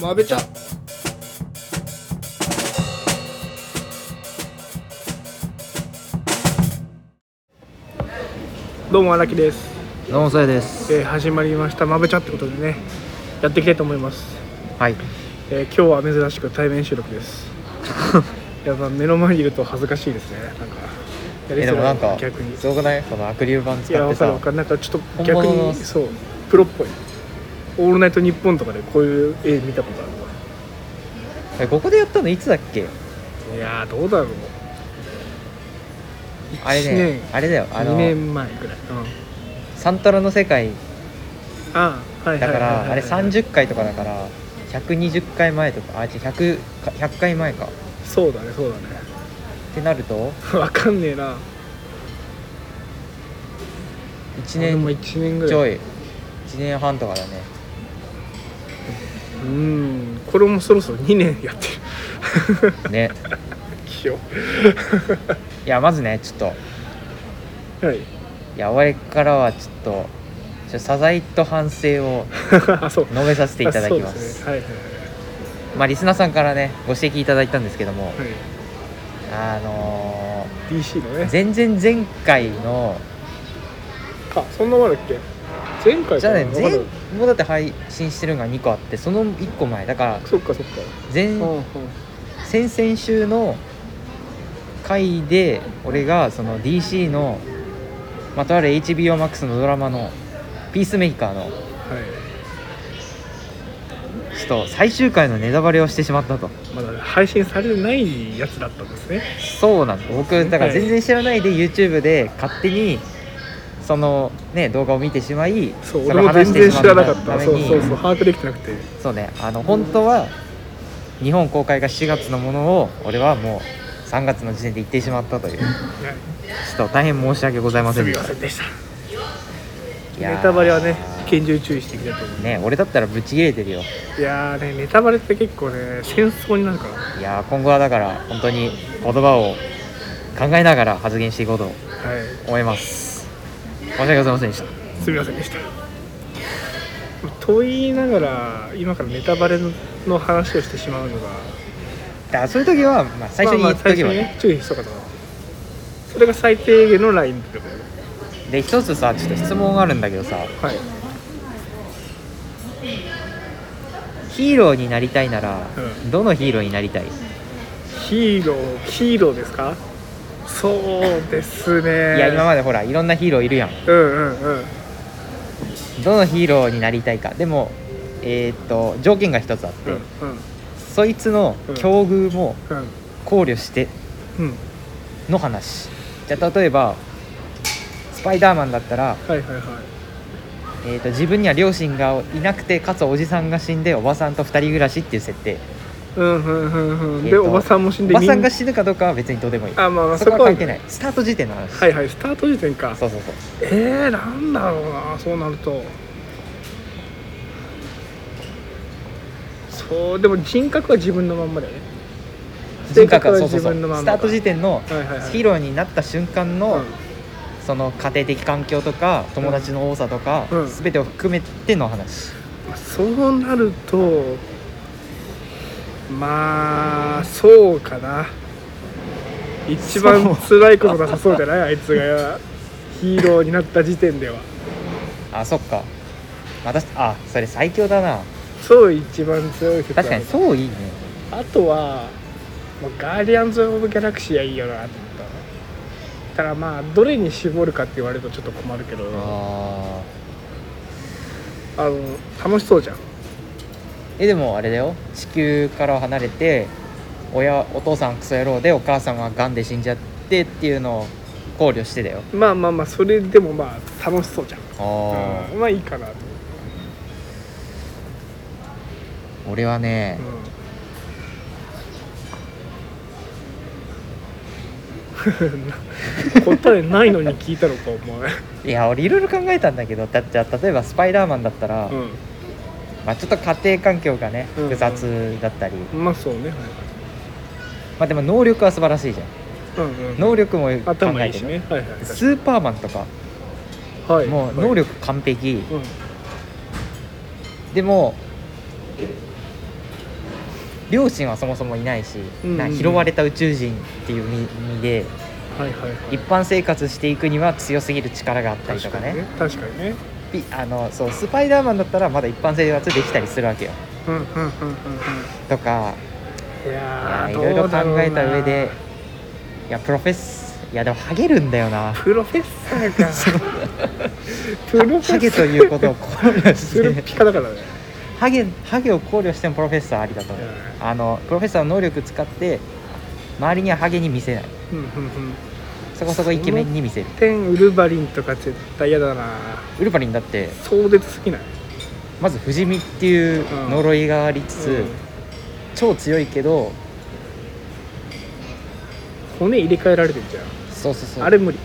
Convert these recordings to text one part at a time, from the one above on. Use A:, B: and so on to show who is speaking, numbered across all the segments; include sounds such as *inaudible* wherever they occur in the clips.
A: まべちゃんどうも荒木です、
B: どうもそれです。
A: えー始まりましたまべちゃってことでねやっていきたいと思います、
B: はい。
A: えー今日は珍しく対面収録です *laughs* やっぱ目の前にいると恥ずかしいですねなんかやり
B: えで
A: づ
B: も
A: ら
B: ないんか
A: 逆に
B: すごくないこのアクリル板
A: いや
B: 使っ
A: わ
B: て
A: かる
B: さ
A: わかるなんかちょっと
B: 本
A: 逆
B: 物の
A: にそうプロっぽいオールナイトニッポンとかでこういう絵見たことあるわ
B: えここでやったのいつだっけ
A: いやーどうだろう
B: あれ
A: 一年
B: ねあれだよあ
A: 2
B: の
A: 年前ぐらい、うん、
B: サントラの世界
A: ああはい
B: だか
A: はい
B: ら
A: は
B: あ
A: い
B: れ
A: はい
B: 30回とかだから120回前とかあ違う100か100回前かっ
A: そうだねそうだね *laughs*
B: てなると
A: わかんねえな
B: 1
A: 俺も
B: 年
A: 1年ぐらい
B: ちょい1年半とかだね
A: うんこれもそろそろ2年やってる
B: ね
A: 気を
B: いやまずねちょっと
A: はい *laughs*
B: いや俺からはちょっとちょっと謝罪と反省を
A: あそう
B: 述べさせていただきま
A: あそうですねはいはい
B: まあリスナーさんからねご指摘いただいたんですけども
A: はい、はい、
B: あの
A: DC の
B: ー、
A: ね
B: 前々前回の
A: あそんなもんだっけ前回
B: じゃ
A: か
B: あ
A: ら
B: ね前もうだって配信してるのが2個あってその1個前だから
A: そっかそっか
B: 前
A: うんうん
B: 先々週の回で俺がその DC のまあとある HBOMAX のドラマの「ピースメーカー」の
A: は
B: ちょっと最終回のネタバレをしてしまったと
A: いまだ配信されてないやつだったんですね
B: そうなんです僕だから全然知らないで YouTube で勝手にそのね動画を見てしまい
A: そう俺
B: その
A: も全
B: 話して
A: 然
B: しま
A: 知らなかった
B: ため
A: そう
B: に
A: そうそう把握できてなくて
B: そうねあの本当は日本公開が4月のものを俺はもう3月の時点で言ってしまったというちょっと大変申し訳ございませ
A: す
B: ん
A: み
B: で
A: ま
B: し
A: せんでした
B: たいやー
A: ネタバレはね厳重注意していきたいと思います
B: ね俺だったらぶち切れてるよ
A: いやーねネタバレって結構ね戦争になるからはい
B: やー今後はだから本当に言葉を考えながら発言していこうと
A: い
B: 思います申し訳ございませんでした
A: すみませんでしたと言いながら今からネタバレの話をしてしまうのが
B: だからそういう時は、まあ、最初に
A: まあ
B: 言
A: ま
B: っ
A: あ
B: とけば
A: 最初
B: ね,、
A: にね注意しとかとそれが最低限のラインってことだよね
B: で一つさちょっと質問があるんだけどさ
A: はい
B: ヒーローになりたいなら、
A: う
B: どのヒーローになりたい
A: ヒーローヒーローですかそうですね
B: いや今までほらいろんなヒーローいるやん
A: うんうんうん
B: どのヒーローになりたいかでもえーっと条件が一つあっ
A: う
B: て、
A: んうん
B: そいつの境遇も
A: うん
B: 考慮して
A: うん
B: の話じゃあ例えばスパイダーマンだった
A: は
B: ら、
A: いはいはい
B: えーっと自分には両親がいなくてかつおじさんが死んでおばさんと2人暮らしっていう設定
A: うんうんうんうん
B: え
A: で
B: ーと
A: おばさんも死ん
B: お
A: で
B: ばさん
A: み
B: が死ぬかどうかは別にどうでもいい
A: あまあまあ
B: そこ
A: そ
B: は
A: こは
B: 関係ないスタート時点の話、
A: はいはいスタート時点か
B: そうそうそう
A: えー、なんだろうなそうなるとそうでも人格は自分のまんまだよね性格は
B: そうそう
A: 自
B: そう
A: 分のまん
B: ス
A: まだ
B: タート時点の
A: はいはいはい
B: ヒーローになった瞬間の、
A: うん
B: その家庭的環境とか友達の多さとか、
A: うん
B: 全てを含めての話、
A: そうなるとまあそうかな一番辛いことなさそうじゃないあいつがヒーローになった時点では
B: あそっか私あそれ最強だな
A: そう一番強い説
B: 確かにそういいね
A: あとは、まあガーディアンズ・オブ・ギャラクシーはいいよなって思ったのただまあどれに絞るかって言われるとちょっと困るけど
B: あ
A: あの楽しそうじゃん
B: ーえでもあれだよ地球から離れて親お父さんクソ野郎でお母さんはガンで死んじゃってっていうのを考慮してだよ
A: まあまあまあそれでもまあ楽しそうじゃん
B: あ
A: うんまあいいかなと、
B: 俺はね
A: う、ん *laughs* 答えないのに聞いたのかお前、
B: いや俺いろいろ考えたんだけどだって例えばスパイダーマンだったら、
A: う
B: まあ、ちょっと家庭環境がね
A: うん
B: 複雑だったり、
A: ん、まあそうね、はい
B: まあでも能力は素晴らしいじゃ
A: うん
B: ん
A: うん、
B: 能力も考えてる
A: 頭いいしねはいはい
B: スーパーマンとか
A: はい
B: もう能、力完璧、
A: うん
B: でも両親はそもそもいないし、
A: うんうん
B: なんか拾われた宇宙人っていう身身で
A: はいはいはい
B: 一般生活していくには強すぎる力があったりと
A: 確
B: か
A: か
B: ね
A: にね確かにね
B: ピあのそうスパイダーマンだったらまだ一般生活できたりするわけよ
A: うんうんうんうんうん
B: とか
A: い
B: い
A: や
B: や
A: ー
B: い
A: ど
B: ろいろ
A: う
B: 考
A: だろうな
B: えた上でいやプロフェッスいやでもハゲるんだよ
A: *laughs*
B: な
A: プロフェッサーか
B: *laughs*
A: プロフェッサ
B: ハゲということを考慮
A: する
B: して
A: ピカだからね
B: ハゲハゲを考慮してもプロフェッサーありだと思うあのプロフェッサーの能力使って周りにはハゲに見せない
A: うんうんうん
B: そこそこイケメンに見せる
A: 天ウルヴァリンとか絶対嫌だな
B: ウルパリンだって
A: 壮絶すぎない
B: まず不死身っていう呪いがありつつ、
A: うん
B: 超強いけど
A: 骨入れ替えられてんじゃん
B: そうそうそう
A: あれ無理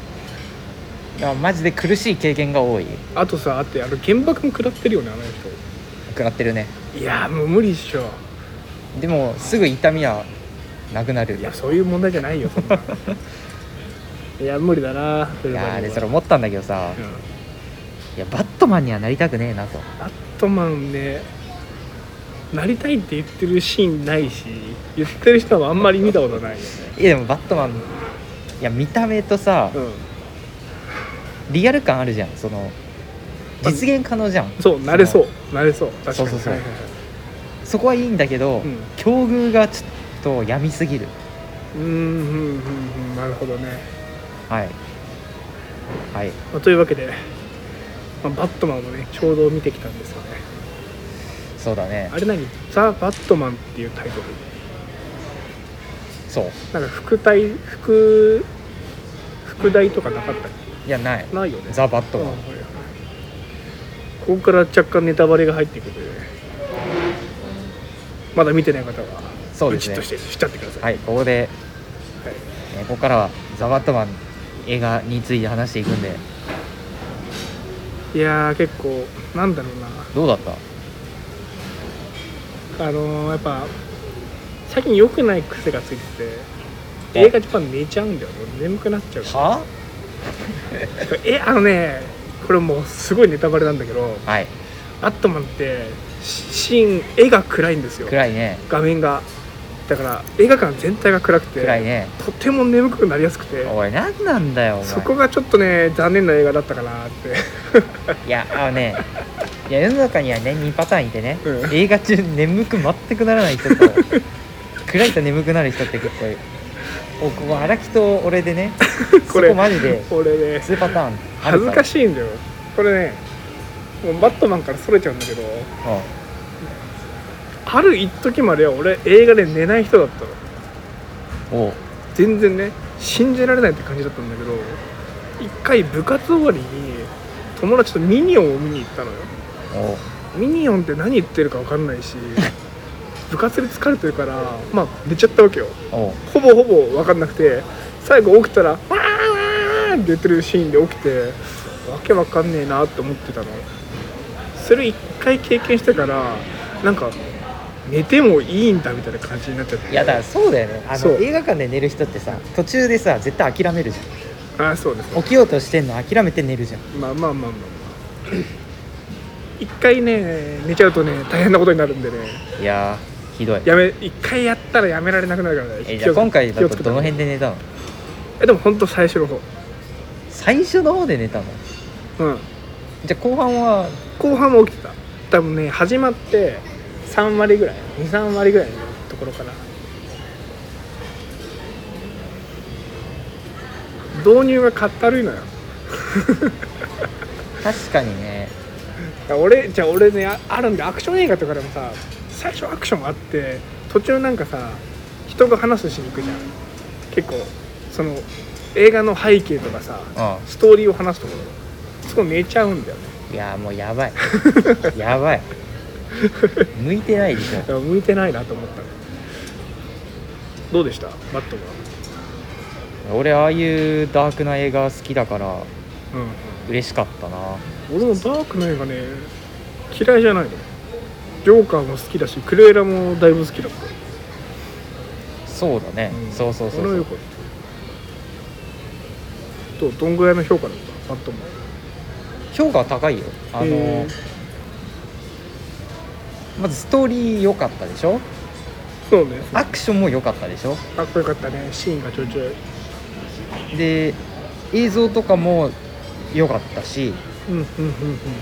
B: いやマジで苦しい経験が多い
A: あとさあってあの原爆も食らってるよねあの人
B: 食らってるね
A: いやーもう無理っしょ
B: でもすぐ痛みはなくなる
A: いやそういう問題じゃないよそ
B: *laughs*
A: んないや無理だなウ
B: い
A: ルヴ
B: や
A: ァリ
B: ー
A: ン
B: で
A: は
B: それ思ったんだけどさ、
A: うん
B: いやバットマンにはなりたくねえなと
A: バットマンねなりたいって言ってるシーンないし言ってる人はあんまり見たことないよね
B: いやでもバットマンいや見た目とさ
A: う
B: リアル感あるじゃんその
A: あ
B: 実現可能じゃん
A: んそう
B: の
A: なれそうなれそう確かに
B: そうそうそう
A: はいはいはい
B: そこはいいんだけど、
A: うん
B: 境遇がちょっとやみすぎる
A: うーんうんうんうんなるほどね、
B: はいはい
A: まあ、というわけで、まあ、バットマンをねちょうど見てきたんですよね
B: そうだね
A: あれ何ザ・バットマンっていうタイトル
B: そう
A: なんか副題副副題とかなかったっ
B: いやない
A: けないよね
B: ザ・バット
A: うん
B: マ
A: は
B: ン
A: いはいここから若干ネタバレが入ってくるのでまだ見てない方は
B: そうで
A: チ
B: す
A: ッとし
B: ね
A: てしちゃってください、
B: はいここで、
A: はい
B: えーここからはザ・バットマン映画について話していくんで
A: い、やー結構なんだろうな
B: どうだった
A: あのー、やっぱ最近良くない癖がついてて
B: え
A: 映画ジャパン寝ちゃうんだよね俺眠くなっちゃうから
B: は
A: えあのねこれもうすごいネタバレなんだけど
B: はい
A: アットマンってシシーン絵が暗いんですよ
B: 暗いね
A: 画面がだから映画館全体が暗くて
B: 暗いね
A: とても眠くなりやすくて
B: おい何なんだよお前
A: そこがちょっとね残念な映画だったかなって
B: いやあのねいや世の中にはね2パターンいてね、
A: うん
B: 映画中眠く全くならな
A: *laughs*
B: い人と暗いと眠くなる人って結構いるおここ荒木と俺でね
A: *laughs* こ
B: そ
A: れ
B: こマジで
A: 俺ね
B: 2パターンあ
A: 恥
B: る
A: ず
B: から
A: かしいんだよこれねもうバットマンからそれちゃうんだけどある一時までは俺映画で寝ない人だったの
B: うんおう
A: 全然ね信じられないって感じだったんだけど一回部活終わりに友達とミニオンを見に行ったのよ
B: おう
A: ミニオンって何言ってるか分かんないし部活で疲れてるからまあ寝ちゃったわけよ
B: おう
A: ほぼほぼ分かんなくて最後起きたら「わーわー!」って言ってるシーンで起きてわけ分かんねえなって思ってたのそれ一回経験してからなんか寝てもいいんだみたいな感じになっちゃって
B: いやだからそうだよねあ
A: そ
B: の
A: う
B: 映画館で寝る人ってさ途中でさ絶対諦めるじゃ
A: あそうです
B: ん起きようとしてんの諦めて寝るじゃん
A: まあまあまあまあまあ一回ね寝ちゃうとね大変なことになるんでね
B: いやーひどい
A: やめ一回やったらやめられなくなるからね
B: えじ
A: 気
B: ゃあ
A: をつけ
B: 今回
A: 気
B: だ
A: を
B: と
A: つけ
B: どの辺で寝たの
A: えでも本当最初の方
B: 最初の方で寝たの
A: うん
B: じゃあ後半は
A: 後半も起きてた多分ね始まって3割ぐらい23割ぐらいのところかな導入がかったるいのよ
B: 確かにね
A: だから俺じゃあ俺ねああるんでアクション映画とかでもさ最初アクションあって途中なんかさ人が話すしに行くじゃん結構その映画の背景とかさ
B: うん
A: ストーリーを話すところそこ寝ちゃうんだよね
B: いやーもうやばい *laughs* やばい向いてないでしょ
A: だから向いてないなと思ったのどうでしたバットが
B: 俺ああいうダークな映画好きだから
A: う、
B: 嬉しかったなん
A: 俺もダークの映画ね嫌いじゃないのジョーカーも好きだしクレエラもだいぶ好きだった
B: そうだね、
A: ん
B: そうそうそ
A: 俺
B: うそ
A: は
B: う
A: よかったどうどんぐらいの評価だったバットマン
B: 評価は高いよあの
A: へー
B: まずストーリー良かったでしょ
A: そうね
B: アクションも良かったでしょ
A: かっこよかったねシーンがちょいちょい
B: で映像とかも良かったし
A: うんうんうん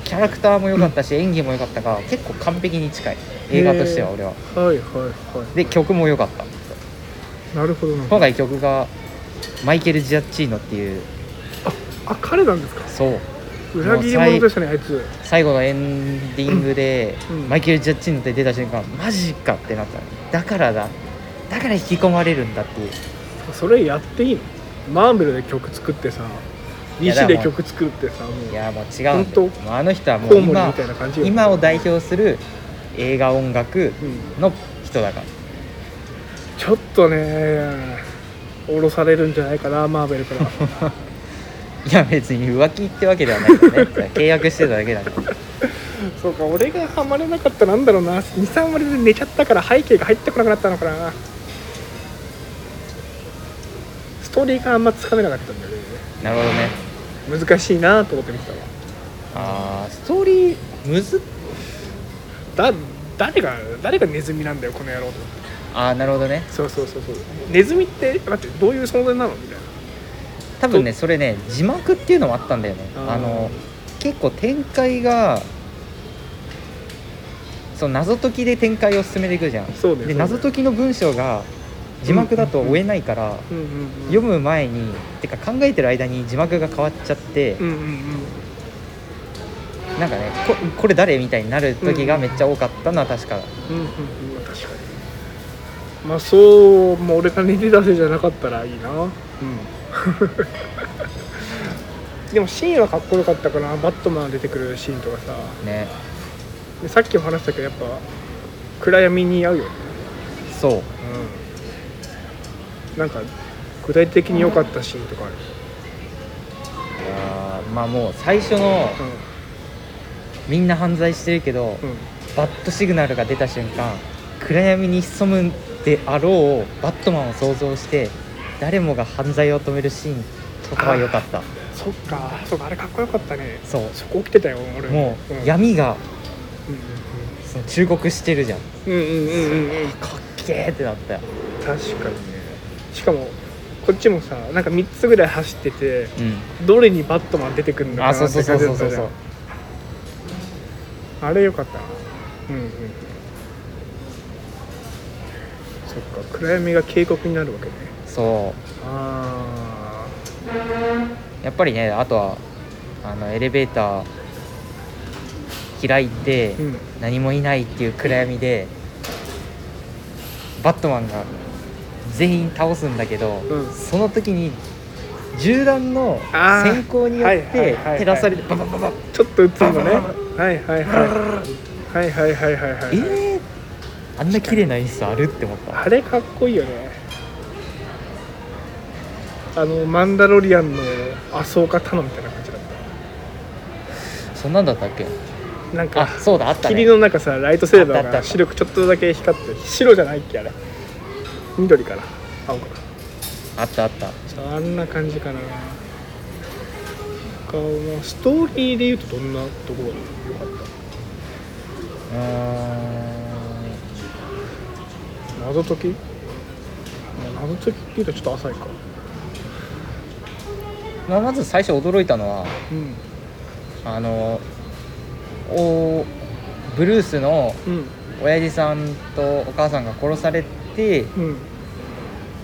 B: キャラクターも良かったし、演技も良かったから結構完璧に近い映画としては俺は
A: うんはいはいはい
B: で曲も良かった
A: なるほどな
B: 今回曲がマイケル・ジャッチーノっていう
A: あ彼なんですか
B: そう
A: 裏切り者でしたねあいつ
B: 最後のエンディングで、
A: うん
B: マイケル・ジャッジのって出た瞬間マジかってなっただからだだから引き込まれるんだっていう
A: それやっていいのマーベルで曲作ってさ
B: いや
A: DC で
B: でも
A: 曲作るってさもう
B: いやもう違うんだよ
A: 本当
B: もうあの人はも
A: コ
B: う
A: ウモリみ
B: 今
A: たいな感じよ
B: 今を代表する映画音楽
A: うん
B: の人だか
A: ちょっとね降ろされるんじゃないかなマーベルから
B: らいや別に浮気ってわけではないよね契約してただけだから
A: *laughs* そうか俺がハマれなかったなんだろうな23割で寝ちゃったから背景が入ってこなくなったのかなストーリーがあんまつかめなかったんだよね
B: なるほどね
A: 難しいなと思って見てたわ
B: あーストーリーむずっ
A: だ誰が誰がネズミなんだよこの野郎と思って
B: ああなるほどね
A: そうそうそうそうネズミって待ってどういう存在なのみたいな
B: 多分ねそれね字幕っていうのもあったんだよね
A: あー
B: あの結構展開がその謎解きで展開を進めていくじゃん
A: そうねそう
B: で
A: ね
B: 謎解きの文章が字幕だと追えないから
A: うんうんうん
B: 読む前にてか考えてる間に字幕が変わっちゃって
A: うんうんうん
B: なんかねここれ誰みたいになる時がめっちゃ多かったのは確かだ
A: うんうんうん確かにまあそう、まあ、俺が寝てたせいじゃなかったらいいなうんでもシーンはかっこよかったかなバットマンが出てくるシーンとかさ
B: ね
A: でさっきも話したけどやっぱ暗闇に合うよね
B: そう
A: うんなんか具体的に良かったシーンとかある、
B: いやーまあもう最初のみんな犯罪してるけど
A: うんうん、
B: バットシグナルが出た瞬間暗闇に潜むであろうバットマンを想像して誰もが犯罪を止めるシーンとかは良かった
A: そっかそっかあれかっこよかったね
B: そう
A: そこ起きてたよ俺
B: も
A: ん
B: う闇が
A: う
B: その忠告してるじゃん
A: んうんうんうんうんうんうん
B: かっけーってなったよ
A: 確かにねしかもこっちもさなんか3つぐらい走ってて
B: う
A: どれにバットマン出てくるの
B: ん
A: か
B: あそ
A: な
B: う
A: っ
B: そう
A: て
B: そ
A: 感
B: う
A: じだ
B: そ
A: っ
B: うそ
A: たじゃん
B: うそう
A: あれよかったなうんうんうんそっか暗闇が警告になるわけね
B: そ
A: あ
B: うやっぱりねあとはあのエレベーター開いて、
A: ーうん
B: 何もいないっていう暗闇でバットマンが全員倒すんだけど、
A: うん
B: その時に銃弾の
A: あー
B: 閃光によっ
A: はいはい
B: て
A: はいはい
B: 照らされてババババ
A: ちょっと打つのね
B: ババ
A: はいはいはいはいはいはいはいはい
B: えー、あんな綺麗な演出あるって思った
A: あれかっこいいよねあのマンダロリアンのアソーカタノみたいな感じだっ
B: そんなんだったっけ
A: たなん
B: あ
A: か
B: そうだあったね
A: 霧の中さライトセーバ
B: あっ
A: ー
B: たあった
A: が
B: あった
A: 白くちょっとだけ光って白じゃないっけあれ緑かな青かな
B: あったあった
A: ちょっとあんな感じかな他はストーリーで言うとどんなところが良かっ
B: うー
A: た謎解き謎解きっていうとちょっと浅いか
B: ん、まあ、まず最初驚いたのは
A: うん
B: あのおブルースの
A: うん
B: 親父さんとお母さんが殺されて
A: うん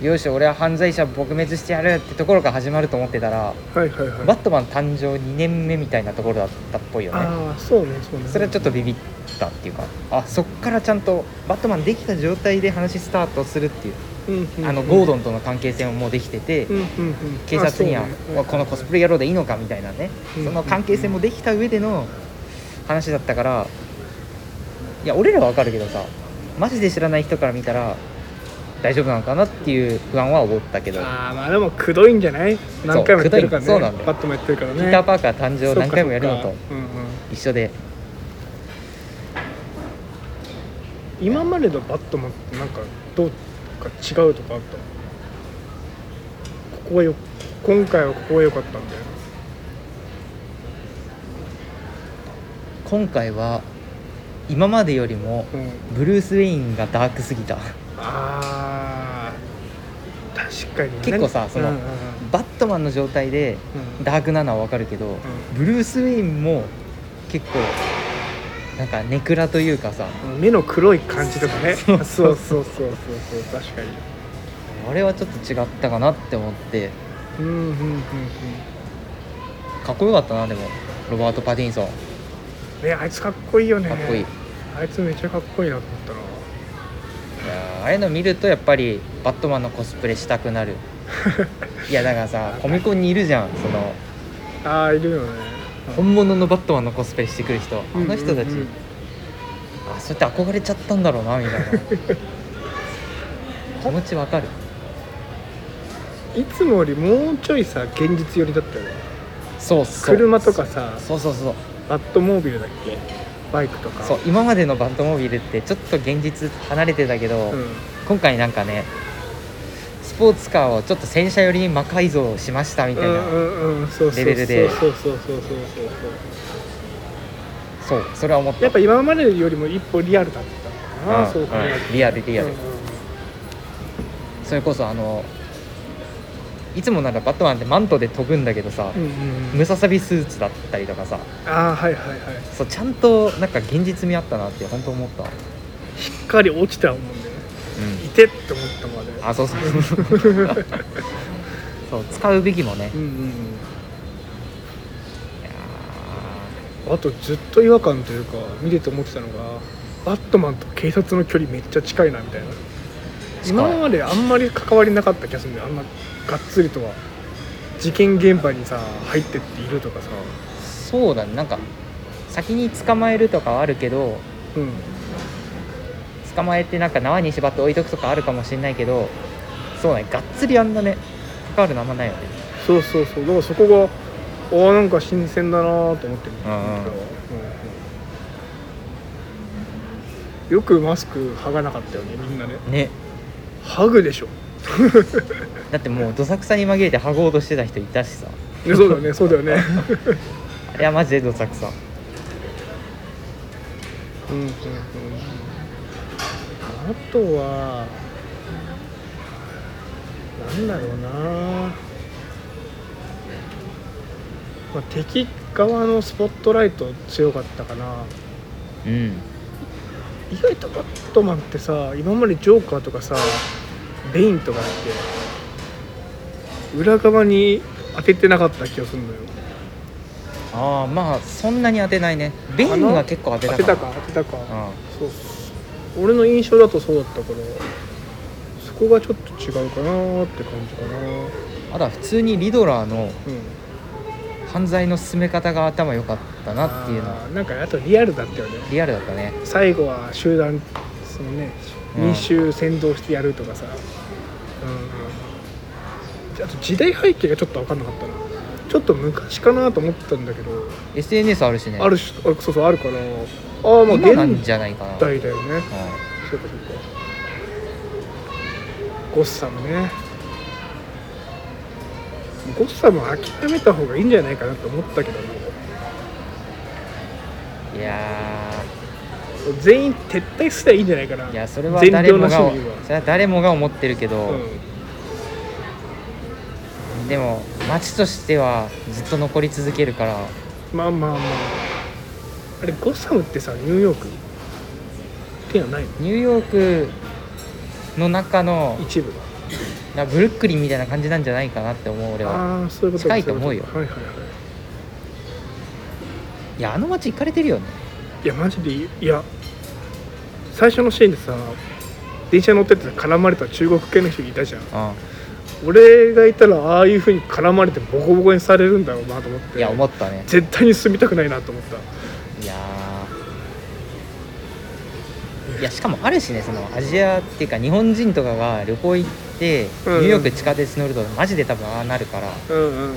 B: よし俺は犯罪者撲滅してやるってところが始まると思ってたら、
A: はいはいはい
B: バットマン誕生2年目みたいなところだったっぽいよね
A: ああそうねそうね
B: それはちょっとビビったっていうかあそっからちゃんとバットマンできた状態で話スタートするっていう、
A: うんうん
B: あのゴードンとの関係性ももうできてて、
A: うんうんうん
B: 警察には、
A: あそうね
B: わこのコスプレ野郎でいいのかみたいなね、
A: うん
B: その関係性もできた上での話だったからいや俺らはわかるけどさマジで知らない人から見たら大丈夫なのかなっていう不安は思ったけど
A: ああまあでもくどいんじゃない何回もやってるからね
B: くどいそうなんだよ
A: バットもやってるからね
B: ピーター・パーカー誕生を何回もやるの
A: そうか
B: と
A: そうかうんうん
B: 一緒で
A: 今までのバットマンってなんかどうか違うとかあったここはよ今回はここが良かったんだよ
B: 今回は今までよりも
A: な、うん、
B: ブルース・ウェインがダークすぎた
A: あー確かに
B: 結構さその
A: うんうんうん
B: バットマンの状態で
A: うん
B: ダークナナはわかるけど、ブルース・ウェインも結構なんかネクラというかさ
A: 目の黒い感じとかねそう
B: う
A: そうそうそうそう確かに
B: あれはちょっと違ったかなって思って
A: うんうんうんうん
B: かっこよかったなでもロバート・パティンソン
A: ねあいつかっこいいよね
B: かっこいい、い
A: あいつめっちゃかっこいいなと思ったな
B: やーああいうの見るとやっぱりバットマンのコスプレしたく
A: *laughs*
B: なるいやだからさコミコンにいるじゃんその
A: ああいるよね
B: 本物のバットマンのコスプレしてくる人あの
A: う
B: 人たち、
A: んうんうん
B: あそうやって憧れちゃったんだろうなみた
A: *laughs*
B: いな気持ちわかる
A: いつもよりもうちょいさ現実寄りだったよね
B: そうそう
A: 車とかさ
B: そうそうそう
A: バットモービルだっけバイクとか
B: そう今までのバットモービルってちょっと現実離れてたけど、
A: うん
B: 今回なんかねスポーツカーをちょっと戦車寄りに魔改造しましたみたいな、
A: うんうんうんそうそう
B: レベルで
A: そうそうそうそうそうそう
B: そうそれは思った
A: やっぱ今までよりも一歩リアルだったかな、
B: うん
A: そう考える
B: うんリアルリア
A: と
B: ル、
A: うん
B: それこそあのいつもならバットマンってマントで飛ぶんだけどさ、
A: うんうん
B: ムササビスーツだったりとかさ
A: ああはいはいはい
B: そうちゃんとなんか現実味あったなって本当思った、う
A: しっかり落ちたもんねい
B: ん、
A: てって思ったまで
B: あそうそう
A: *laughs*
B: そう使うべきもね
A: うんうん
B: いや
A: うんあとずっと違和感というか見てて思ってたのがバットマンと警察の距離めっちゃ近いなみたいな
B: 近い
A: 今まであんまり関わりなかった気がするんだよあんながっつりとは事件現場にさ入ってっているとかさ
B: ーそうだねなんか先に捕まえるとかはあるけど
A: うん
B: 捕まえてなんか縄に縛って置いとくとかあるかもしれないけどそうねがっつりあんなね関わるのあんまないよね
A: そうそうそうだからそこがああなんか新鮮だなと思ってる、
B: うんうん
A: うんよくマスク剥がなかったよねみんなね
B: ね
A: ハグでしょ
B: だってもうどさくさに紛れてはごうとしてた人いたしさ
A: ねそうだよねそうだよね
B: あれはマジでどさくさ
A: うんうんうんあとはなんだろうな、まあ、敵側のスポットライト強かったかな
B: うん
A: 意外とバットマンってさ今までジョーカーとかさベインとかって裏側に当ててなかった気がするのよ
B: ああまあそんなに当てないねベインが結構当てた
A: 当てた
B: か
A: か当てたか、
B: らうん
A: そう俺の印象だとそうだったからそこがちょっと違うかなって感じかなうん
B: あとは普通にリドラーの犯罪の進め方が頭良かったなっていうのは
A: あーなんかあとリアルだったよね
B: リアルだったね
A: 最後は集団そのね
B: うん
A: 民衆先導してやるとかさ、うんあと時代背景がちょっと分かんなかったなちょっと昔かなと思ったんだけど、
B: SNS あるしね
A: あるしあそうそうあるからああまあ
B: 今なん
A: 現
B: じゃないかな、うん、
A: 代だよねそうかそうかゴッサムねゴッサムは諦めた方がいいんじゃないかなと思ったけども
B: いやー
A: 全員撤退すればいいんじゃないかない
B: やそれは誰もが
A: 善良な市民は
B: それは誰もが思ってるけど、
A: うん
B: でも町としてはずっと残り続けるから
A: まあまあまああれゴッサムってさニューヨークっていうのはないの
B: ニューヨークの中の
A: 一部
B: なブルックリンみたいな感じなんじゃないかなって思う俺は
A: ああそういうこと
B: 近いと思うよ
A: そいことはいはいはい
B: いやあの町行かれてるよね
A: いやマジでいや最初のシーンでさ電車乗ってて絡まれた中国系の人いたじゃん
B: う
A: 俺がいたらああいうふうに絡まれてボコボコにされるんだろうなと思っ
B: ん
A: て
B: いや思ったね
A: 絶対に住みたくないなと思った
B: いやーいやしかもあるしねそのアジアっていうか日本人とかが旅行行って
A: う
B: ニ
A: んうん
B: ューヨーク地下鉄乗るとマジで多分ああなるから
A: うんうんうんうん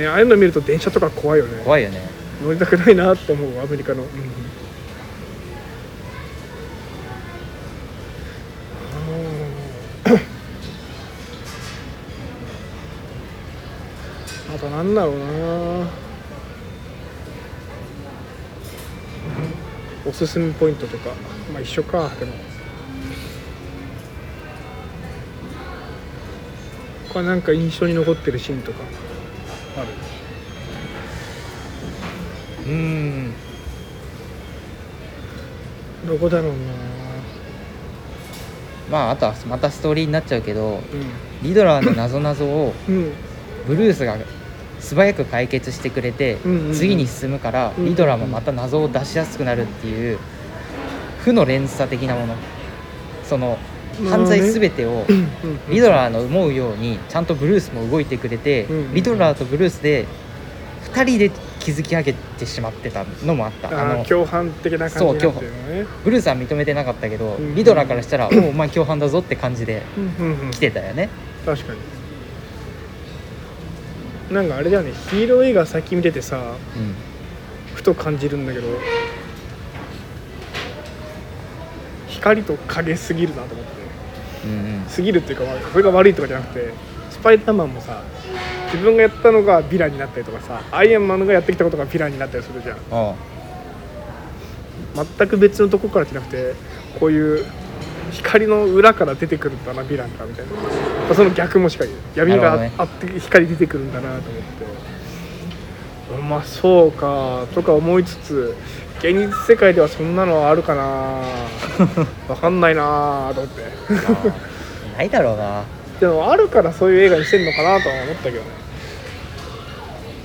A: ねああいうの見ると電車とか怖いよね
B: 怖いよね
A: 乗りたくないなって思うアメリカの、うんうん、あとなんだろうなおすすめポイントとかまあ一緒かでも他なんか印象に残ってるシーンとかある
B: うーん
A: どこだろうな
B: まああとはまたストーリーになっちゃうけど
A: う
B: リドラーの謎謎を
A: んうん
B: ブルースが素早く解決してくれて、
A: うんうんうん
B: 次に進むから、
A: うん
B: リドラーもまた謎を出しやすくなるっていう負の連鎖的なものその犯罪すべてを
A: うん
B: リドラーの思うようにちゃんとブルースも動いてくれて、
A: うんうんうん
B: リドラーとブルースで2人で築き上げてしまってたのもあったあ
A: ああ
B: の
A: 共犯的な感じになってるのね
B: ブルースは認めてなかったけど、
A: うんうん
B: リドラーからしたら「おうお前共犯だぞ」って感じで
A: うんうんうん
B: 来てたよね。
A: 確かになんかあれだよねヒーロー映画先見ててさ
B: うん
A: ふと感じるんだけど光と影すぎるなと思って
B: うん
A: すぎるっていうかまあこれが悪いとかじゃなくてスパイダーマンもさ自分がやったのがヴィランになったりとかさアイアンマンがやってきたことがヴィランになったりするじゃん
B: うん、
A: *laughs*
B: ああ
A: 全く別のとこからじゃなくてこういう光の裏から出てくるんだなヴィランがみたいなまあその逆もしかり闇
B: なるほ
A: が
B: どね
A: あって光出てくるんだなと思って、まあそうかとか思いつつ現実世界ではそんなのあるか
B: *laughs*
A: なわかんないなと思って *laughs*
B: ないだろうな。
A: でもあるからそういう映画にしてんのかなとは思ったけどね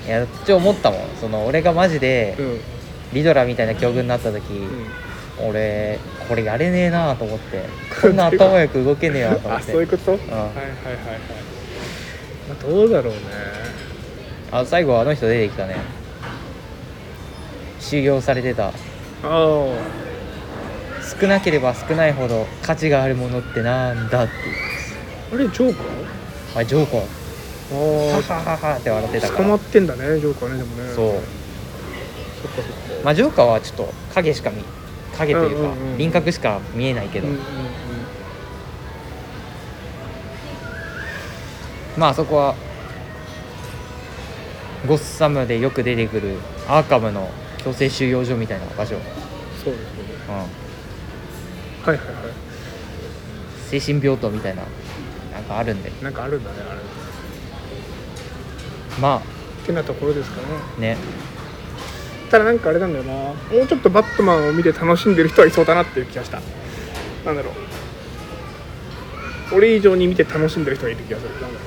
B: いや一応思ったもんその俺がマジで
A: うん、うん、
B: リドラみたいな境遇になった時、俺これやれねえなと思ってこんな頭よく動けねえわと思
A: あ
B: っ
A: そういう
B: て
A: こと、はいはいはいはい、まあ、どうだろうね
B: あ最後あの人出てきたね修行されてた
A: ああ
B: 少なければ少ないほど価値があるものってなんだって
A: あれジョーカー
B: あジョーコン
A: あ
B: ハ
A: あ
B: ハハハって笑ってたか
A: 捕ま
B: ら
A: ってんだねジョーカーねでもね
B: そう
A: そっかそっか
B: まあジョーカーはちょっと影しか見影という
A: う
B: か
A: んうんうん
B: 輪郭しか見えないけど、
A: うんうんうん
B: まあそこはゴッサムでよく出てくるアーカムの強制収容所みたいな場所、うん、
A: そうですよねはいはいは
B: 精神病棟みたいななんかあるんで
A: いなんかあるんだねあれ
B: ま
A: ってなところですかね
B: あね
A: ただなんかあれなんだよなもうちょっとバットマンを見て楽しんでる人はいそうだなっていう気がしたなんだろう俺以上に見て楽しんでる人がいる気がするなんだろ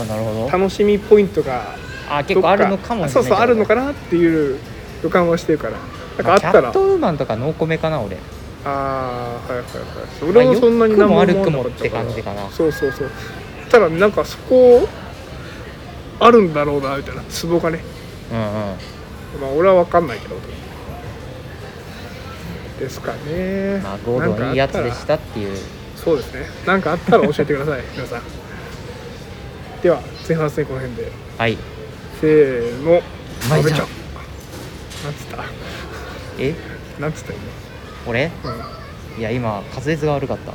B: ああなる
A: う
B: ほど
A: 楽しみポイントが
B: あ結構あるのかもしれない
A: そうそうあるのか
B: な
A: なっていう予感はしてるからなんかあっ
B: キャ
A: たら
B: ットウーマンとかノーコメかな俺
A: ああはいはいはい俺もそんなに何も思わなかったから
B: まあよくも悪くもって感じかな
A: そうそうそうただなんかそこあるんだろうなみたいなツボがね
B: うんうん
A: まあ俺は分かんないけどですかね
B: まあゴールドいいやつでし
A: なんかあった
B: ってい
A: た
B: う
A: らそうですねなんかあったら教えてください *laughs* 皆さんでは前半戦この辺で
B: はい
A: せーの
B: まいちゃ
A: ゃんなん
B: ん
A: つった
B: え
A: なんつった今
B: 俺
A: うん
B: いや今滑舌が悪かった